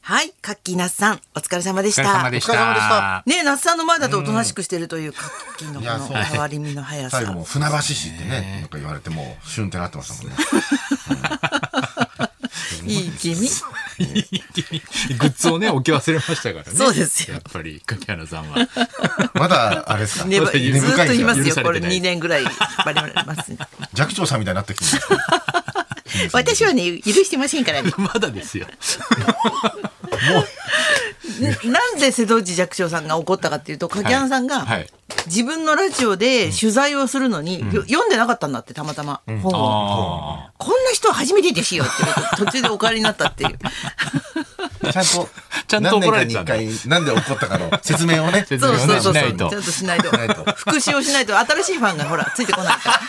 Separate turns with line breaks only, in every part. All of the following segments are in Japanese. はい、カッキーナスさん、お疲れ様でし
お疲れ
た。
様でした。
お疲れ様でした
ねえ、那須さんの前だとおとなしくしてるというカッキーのこ
いやそう
の変わり身の速さ。
最後も船橋市ってね、なんか言われてもう、シュンってなってましたもんね。
いい気味。
グッズをね、置き忘れましたからね。
そうですよ
やっぱり、柿原さんは。
まだ、あれですか、
ねば、ず
そう
ーっと言います
許
よ。
されてない
これ2年ぐらい引っ張られます。
寂聴さんみたいになってきてる。
私はね、許してませんから ね。
まだですよ。
んなんで瀬戸内寂聴さんが怒ったかっていうと、柿原さんが、
はいはい
自分のラジオで取材をするのに、よ読んでなかったんだって、たまたま本を。
あ
こんな人は初めてですよってこと途中でお帰りになったっていう。
ちゃんと、
ちゃんと怒られてたんだ
何年かに一回、なんで怒ったかの 説明をね。
説
そうそうそうそう。
し
ち
な
ゃん
いと
としないと
しないと。
復習をしないと、新しいファンがほら、ついてこないから。
あ。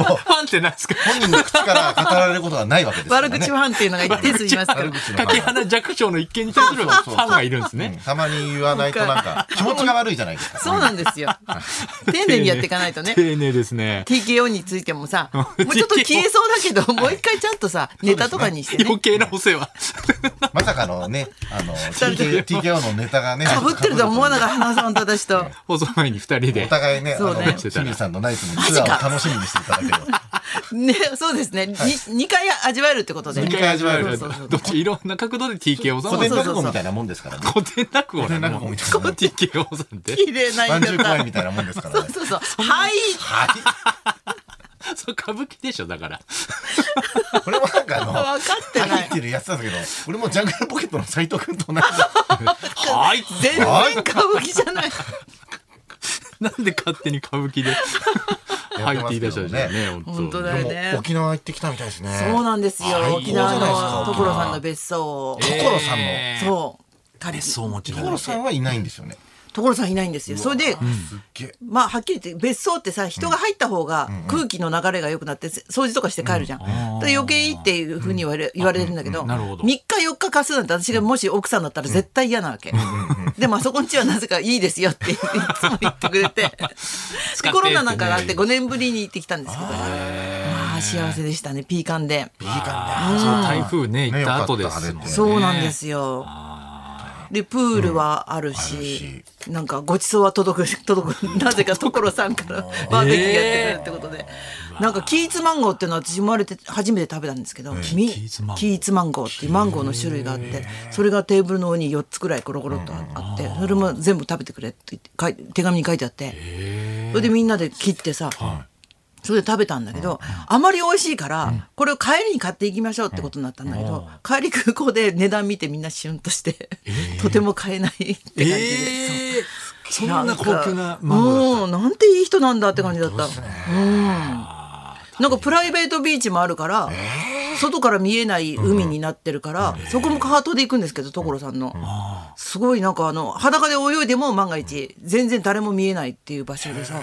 ファンってなんですか
本人の口から語られることはないわけですから
悪
ね。
口ファンっていうのが一定数いますから
悪。口のファン
柿原寂聴の一件に対するファンがいるんです
うん
ね。
たまに言わないとなんか、気持ちが悪いじゃないですか。
そうなんです よ。丁寧にやっていかないとね。
丁寧ですね。
TKO についてもさ、もうちょっと消えそうだけど、もう一回ちゃんとさ、ネタとかにしてね
余。計なお世話。
まさかのね、あの、
二人
TK TKO のネタがね、
かぶってると思わなかった、花さんと私と。
放送前に二人
お
で。
互いね、あ
そう
の、
ね
清水さんのナイツのツアーを楽しみにしていただければ。
ね、そうですね。に二回味わえるってことで。
二回味わえる
そうそうそう
どっちいろんな角度で TKO さんは
古典落語みたいなもんですからね。
古典落語な
古典
の
落語みたいなもん
TKO さんって。
綺麗な言
万
い
十公演
方。
みたいなもんですか
そ
ら
う
ね。
そうそう。はい。
は
そう、歌舞伎でしょ、だから。
い。これもなんかあ
分
の、
か ってな
入
い
っ。てるやつなんですけど、俺もジャングルポケットの斎藤君と同じ。
はい。
全然
はい
歌舞伎じゃない。
なんで勝手に歌舞伎で入って言い出したんでしょうね、本当
本当だよ
でも
ね。
沖縄行ってきたみたいですね。
そうなんですよ。沖縄
そうじゃないです
の
か
所さんの別荘を。
所さんの
そう。借り
そう持ちな
所さんはいないんですよね。
所さんいないんですよ。それで、
すっげえ。
まあ、はっきり言って別荘ってさ人が入った方が空気の流れが良くなって掃除とかして帰るじゃん、で余計いいっていうふうに言われ,、言われるんだけど,、
なるほど
3日4日貸すなんて私がもし奥さんだったら絶対嫌なわけ、でもあそこんちはなぜかいいですよっていつも言ってくれ てでコロナなんかがあって5年ぶりに行ってきたんですけどまあ幸せでしたねピーカンで
いい感
あーそう台風ね、行
ね
った後ですもんね。
よかったあれって
そうなんですよでプールはあるし、なんかごちそうは届く 届くなぜか所さんからバーベキューやってくれるってことで、なんかキーツマンゴーっていうのは私生まれて初めて食べたんですけど、君
キーツマンゴー
キーツマンゴーっていうマンゴーの種類があってそれがテーブルの上に4つくらいコロコロっとあってそれも全部食べてくれって言って書い手紙に書いてあってそれでみんなで切ってさ、それで食べたんだけど、あまり美味しいから、これを帰りに買っていきましょうってことになったんだけど、帰り空港で値段見てみんなシュンとして、とても買えないって感じで。
ええそん
そう
な高級なマンゴーだ
もう
っ
んなんていい人なんだって感じだった。うん。なんかプライベートビーチもあるから、外から見えない海になってるから、そこもカートで行くんですけど所さんの、すごいなんかあの裸で泳いでも万が一全然誰も見えないっていう場所でさ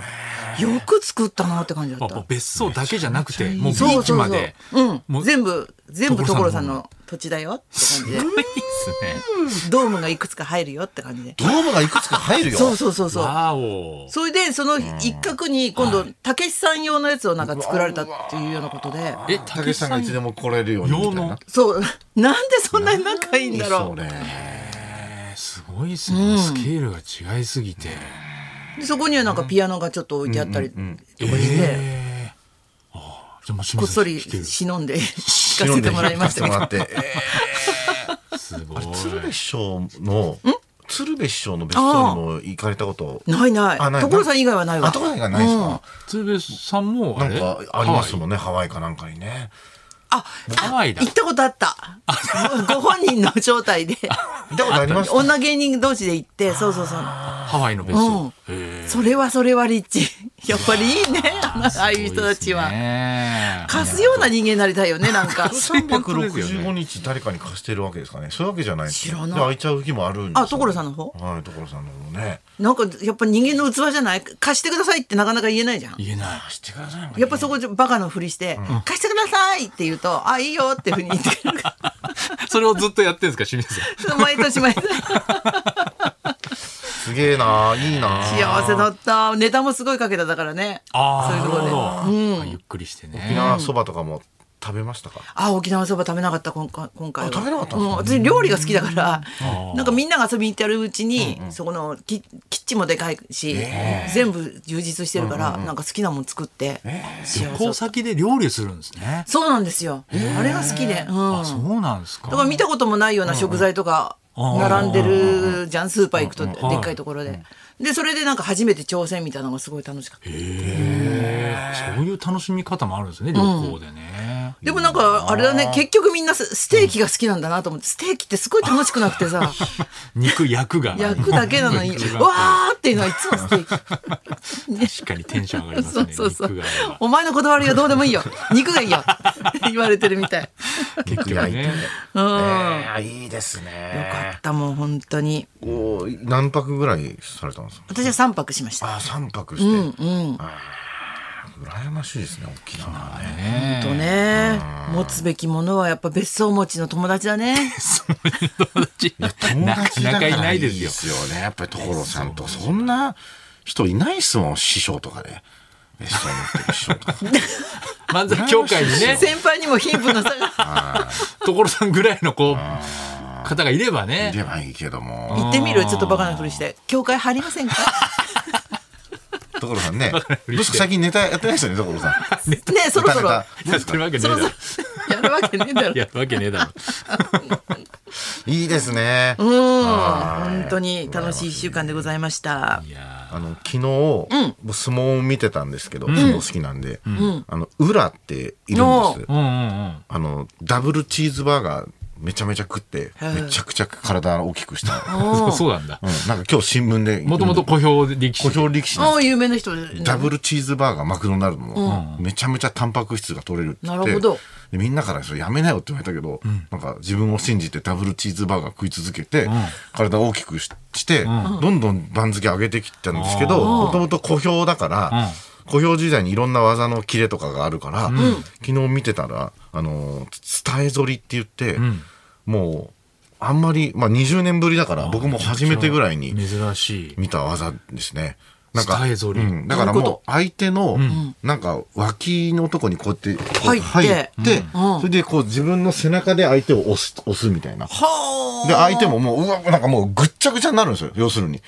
よく作ったなって感じだ
た
っ
あ
た。
別荘だけじゃなくて、もうビ
そ
ー
う
チ
そう
ま
そう
で。。
う
も
ん。
うす
全部、全部
所
所
さ
さ
ん
ん
の
の土地だよって感じで
ごいですね。
ドームがいくつか入るよって感じで。
ドームがいくつか入るよ。
そうそうそうそう。
わお。
それで、その一角に今度、たけしさん用のやつをなんか作られたっていうようなことで。
え、
た
た
け
け
し
し
さ
さ
ん
ん
が
が
い
いつ
つで
でも。
も来れるようにみ
用
たいな
の。。
そう。 なんでそんなに仲いいんだろ
それ。
すごいですね。スケールが違いすぎて。
う。でそこにはなんかピアノがちょっと置いてあったりとかして、
ええ。ああ、じゃあもう
こっそり
清水さ
忍んで弾かせてもらいましたけど。
聞かせてもら
ん
ってえ
弾ける
ー
す
鶴
ご
瓶
い。
師匠の、鶴瓶師匠の別荘にも行かれたこと。
ないない
あない。
所さん以外はないわ
あ、。とこがないですか
鶴瓶さんも
な
あ
ん
れ。
かありますもんね、ハワイかなんかにね。
あ、
ハワイだ
行。ったことあ った。ご本人の招待で。
行ったことあります
女芸人同士で行って、そうそうそう。
ハワイの別
うん
荘。へえ
それはそれはリッチ。やっぱりいいね。 ああいう人たちは。
は
貸すような人間になりたいよね、なんか。
365日誰かに貸してるわけですかね。そういうわけじゃない。
知らない
で開いちゃう日もあるんですよ
あ所さんの方
はい、所さんの方ね。
なんか、やっぱ人間の器じゃない貸してくださいってなかなか言えないじゃん。
言えない。
貸してくださいもんね
やっぱそこでバカのふりして、貸してくださいって言うと、あ、いいよっていうふうに言ってくれる。
それをずっとやってるんですか、清水さん。
毎年毎年。
すげえな、いいな。
幸せだった。ネタもすごいかけただからね。
ああ、
そういうところで
なるほどゆっくりして
沖
ね。
縄そばとかも。食べましたか
あ沖縄そば食べなかった今回今回は
あ食べなかったんです
も
か
う私料理が好きだから、
うん
なんかみんなが遊びに行ってるうちに、そこのキキッチンもでかいし、全部充実してるから、なんか好きなもん作って、幸せだ
旅
った
行先で料理するんですね。
そうなんですよ、あれが好きで、うん
あ、そうなんですか。
だから見たこともないような食材とか
うんうん
並んでるじゃんスーパー行くとで
うん
っかいところで。でそれでなんか初めて挑戦みたいなのがすごい楽しかった。
そういう楽しみ方もあるんですね、旅行でね。
でもなんかあれだね結局みんなスステーキが好きなんだなと思ってステーキってすごい楽しくなくてさ
肉焼くが。
焼くだけなの に
一番
わーっていうのはいつもステーキ。
確かにテンション上がります
そ
ね。
うそうそう
肉があれば。
お前のこだわりはどうでもいいよ肉がいいよ言われてるみたい。
結局
焼いて
ね。
うん
え
よ
ーいいです
かっ
ね
たもう本当に
おー何泊ぐらいされたんですか
私は3泊しました。
あ三泊して、うんうん、羨ましいですね沖縄はね
ね
とね持つべきものはやっぱ別荘持ちの友達だね。
友達。
友達だか
仲
ら
いないです
いで
よ。
すよねやっぱり所さんとそんな人いないっすもん師匠とかで別荘持ってる師匠とか
漫才協会にね、
先輩にも貧富の差 が
所さんぐらいのこう、方がいれば
い
ね。
ればいいけども
行ってみるちょっとバカなふりして教会入りませ んか
所さんねど
りして
うですか最近ネタやってないですよね所さん
ねえそろそろ
ネタネ
やってるわけねえ
そ
だ
ろ
ろ。
そろやるわけねえだろ
やるわけねえだろ。
タいいですね、
うん本当に楽しい一週間でございました
いや
あの昨日、僕相撲を見てたんですけど、相撲好きなんで、あの裏っているんです
ー。うんうんうん。
あのダブルチーズバーガーめちゃめちゃ食って
へえ
めちゃくちゃ体大きくした、うん、
そう
お
そうなんだ。
なんか今日新聞で
もともと小兵力士
小。兵力士なん
お
で
う有名な人
すダブルチーズバーガーマクドナルドの、めちゃめちゃタンパク質が取れるって言って
なるほど
でみんなからそれやめなよって言われたけど、なんか自分を信じてダブルチーズバーガー食い続けて、体大きくしして、どんどん番付上げてきたんですけどもともと小兵だから、小兵時代にいろんな技のキレとかがあるから、昨日見てたら、あのー伝え反りって言って、もうあんまり、まあ、20年ぶりだから僕も初めてぐらいに
珍しい。
見た技ですね。
伝え反り
うん、だから
どういう
も
こ
う相手のなんか脇のとこにこうやってこう
入って
って
うんうん
それでこう自分の背中で相手を押す押すみたいな。
はあ
で相手ももううわなんかもうぐっちゃぐちゃになるんですよ要するに。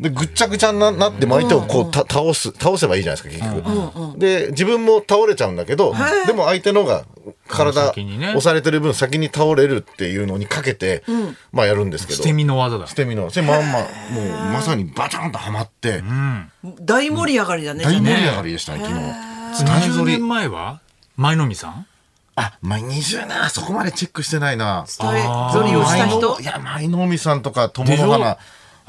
でぐっちゃぐちゃにななって相手をこうた倒す倒せばいいじゃないですか結局。で自分も倒れちゃうんだけどでも相手の方が体
先にね
押されてる分先に倒れるっていうのにかけてまあやるんですけ
捨
ど。
て身の技だ
捨。て身の。それまんまもうまさにバチャンとはまって。
大盛り上がりだねじゃ
大
あね
盛り上がりでしたね、昨日。伝え
20
反
年
り。
前は前のみさん
あ、まあ、20年、あそこまでチェックしてないな。
伝え反りをした
前の
人
いや、前の海さんとか、友
でし
の
ょ
花、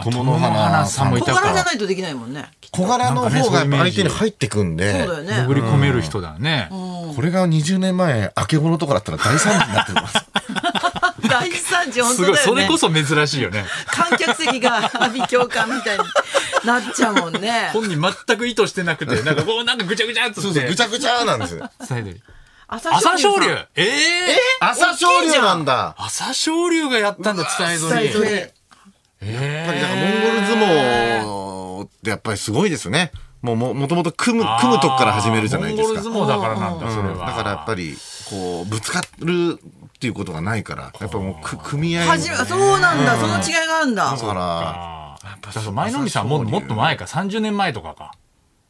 友の
友の花
花
さん
さん
もい
も
小
たか
柄じゃないとできないもんね
小柄の方がやっぱ相手に入ってくん
そ
で、
うだよね
潜り込める人だね。
これが20年前、明けぼのとかだったら大惨事になってます。
大惨事本
す
当
ごい、
だよ
そ
ね
れこそ珍しい よね。
観客席が 阿鼻教官みたいになっちゃうもん ね
本人全く意図してなくて、なんかこう、なんかぐちゃぐちゃっと
そう
し
そう、
て
ぐち。ゃぐちゃなんですよ。
伝えてる
朝
朝青龍ええ
朝青龍なんだ。
朝青龍がやったんだ、伝えぞ
伝え反
に。
り
やっぱりだからモンゴル相撲ってやっぱりすごいですね。もうも、もともと組む、組むとこから始めるじゃないですか。
モンゴル相撲だからなんだ、それ
うん
は。
だからやっぱりこうぶつかるっていうことがないからやっぱもうく組合の
はじめそうなんだ、その違いがあるんだ
だ。から
あー。だから前のみさんも、もっと前か、30年前とかか。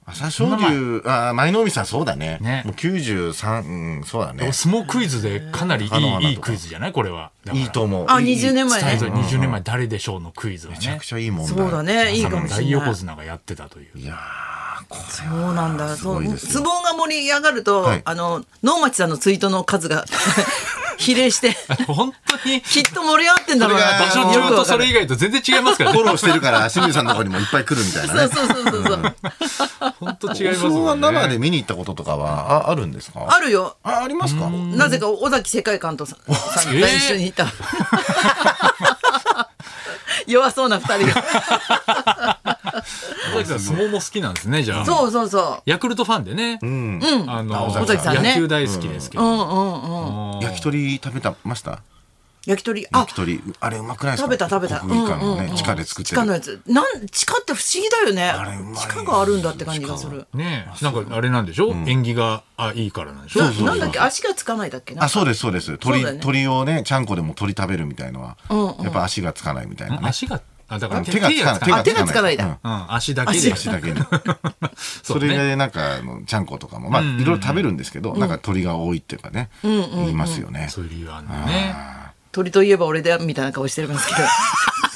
朝青龍あー舞の海さんそうだね
ね
もう93、うん、そうだね
相撲クイズでかなりい
カノアナと
い
か
いいクイズじゃないこれは。だから
いいと思う
あ、
いい
20年前
伝えぞ
ね。
に20年前誰でしょうのクイズはね。
めちゃくちゃいいもん
そうだね、いいかもしれ
大
な
横
い。
綱がやってたという。
いやーこれ
そ
は
うなんだ。
す
そ
ご
う、
い
相
ですよ
撲が盛り上がると
はい、
あの、能町さんのツイートの数が 比例して、
本当に
きっと盛り上がってんだろうな。
それ
場
が
所
よ
による
く
と
わか
そ
る
れ以外と全然違いますから
フォ
ね。
ローしてるから清水さんのとこにもいっぱい来るみたいな
そう
ね
そうそうそうそう。
本当違います
そこ
も
は
んね。
生で見に行ったこととかはああるんですか
あるよ。
あありますか
なぜか尾崎世界観とささんが一緒にいた。弱そうな二人が。
尾崎さん相撲も好きなんですね、じゃあ。
そうそうそう。
ヤクルトファンでね。うん。あの、
尾崎さんね
野球大好きですけ
う
ど。
んうんうん。
焼き鳥食べたました
焼き鳥あ
焼き鳥あれうまくないです
食
か
べた食べた
国技館の
うんうんう
ね
ん
地下で作って
地下の
る
やつなん地下って不思議だよね
あれうまい
地下があるんだって感じがする
ねえなんかあれなんでしょ、縁起があいいからなんでしょ
ななんだっけ足がつかないだっけな
あそうですそうです
そう
鳥
だよね
鳥をねちゃんこでも鳥食べるみたいのは
うんうん
やっぱ足がつかないみたいなね
足があだから
手がつかない
あ手がつかない
うん
だ
うん、足だけ
足
で
が
足だけに
そ
そう
ね
れでなんかあのちゃんことかもまあ
うんうん
いろいろ食べるんですけどなんか鳥が多いっていうかね言いますよね
そういう理由あるんだよね
鳥といえば俺だみたいな顔してますけど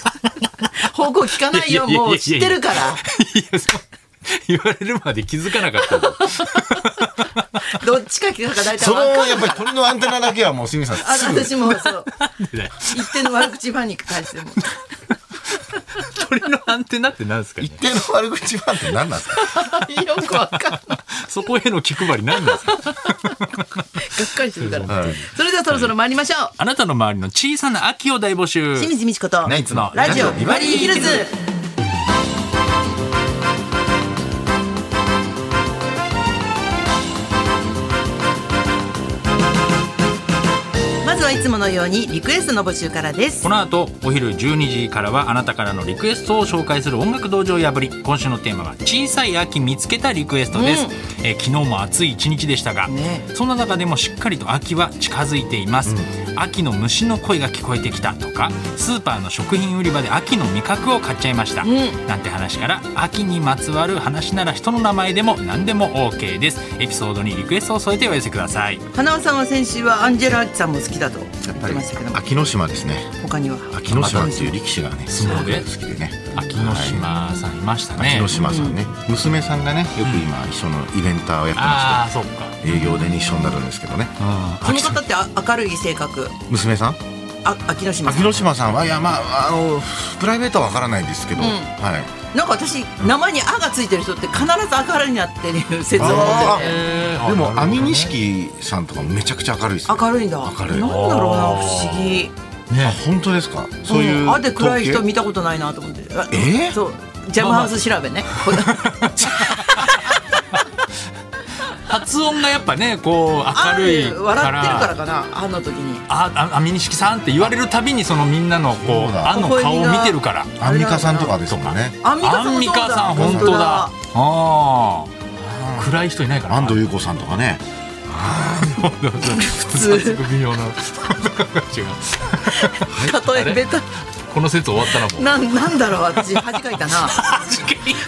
方向聞かないよ
いやいやいやいや
もう知ってるから
いやそう言われるまで気づかなかったぞ
どっちか聞くか大体
その
分かる
やっぱり鳥のアンテナだけはもう清水さん
あ
すぐ
私もそう
ね
一定の悪口ファンに対しても
鳥のアンテナってなんですかね
一定の悪口ファンって何なんです か
よくわかんないがっ
そこへの気配りなんですか
かりするから
はい
それではそろそろ参りましょう
あなたの周りの小さな秋を大募集
清水美智子と
ナイツの
ラジオビバリーヒルズまずはいつものようにリクエストの募集からです
この後お昼12時からはあなたからのリクエストを紹介する音楽道場破り今週のテーマは小さい秋見つけたリクエストです、
うん
えー昨日も暑い一日でしたが、
ね
そんな中でもしっかりと秋は近づいています、秋の虫の声が聞こえてきたとかスーパーの食品売り場で秋の味覚を買っちゃいました、
ん
なんて話から秋にまつわる話なら人の名前でも何でも OK ですエピソードにリクエストを添えてお寄せください
花輪さんは先週はアンジェラ・アキさんも好きだと
や
言
っ
っ
ぱ
て
り
ましたけども
秋の島ですね
他には
秋の島っていう力士がねすご
そう
く
ね
好きでね
秋の島さんいましたね、
秋の島さんね娘さんがねよく今一緒のイベンターをやってま
ああそっか
して営業でね一緒になるんですけどね
この
秋
方ってあ明るい性格
娘さん
あ秋の島さ
秋
ん
の島さんはいやまああのプライベートはわからないですけど
うん
はい
なんか私名前に「あ」がついてる人って必ず明るいなっていう説を持っ
あ
てて
で
でも網錦さんとかめちゃくちゃ明るいですね
明るいんだ
明るい
なんだろうな不思議
あ本当ですかそうい
ん
う
あで暗い人
統計
見たことないなと思って
えー
そうジャムハウス調べね、
発音がやっぱねこう明るい
あー
か
笑ってる
ら
からかなあの時に
ああ網錦さんって言われるたびにそのみんなのこ
そう
う
だ
あの顔を見てるから
アンミカさんとかですもんね
アンミカさん
ア
も
ン
そ
ミ
う
カ
だ
さん本当だああ暗い人いないから
安藤
う
優子さんとかね
普
通
微妙な 違う
本当だ例えべた
この説終わったなもう
なん なんだろう私恥かいたな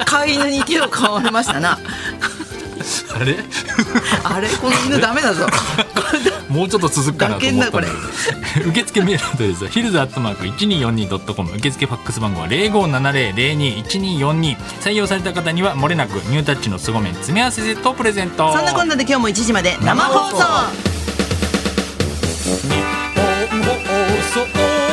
飼い犬に手を買われましたな
あれ
あれこの犬ダメだぞ
もうちょっと続くかなと思ったんだけど受付メールアドレスはヒルズアットマーク 1242.com 受付ファックス番号は0570021242採用された方にはもれなくニュータッチの凄麺詰め合わせセットをプレゼント
そんなこんなで今日も1時まで生放
生放
送
送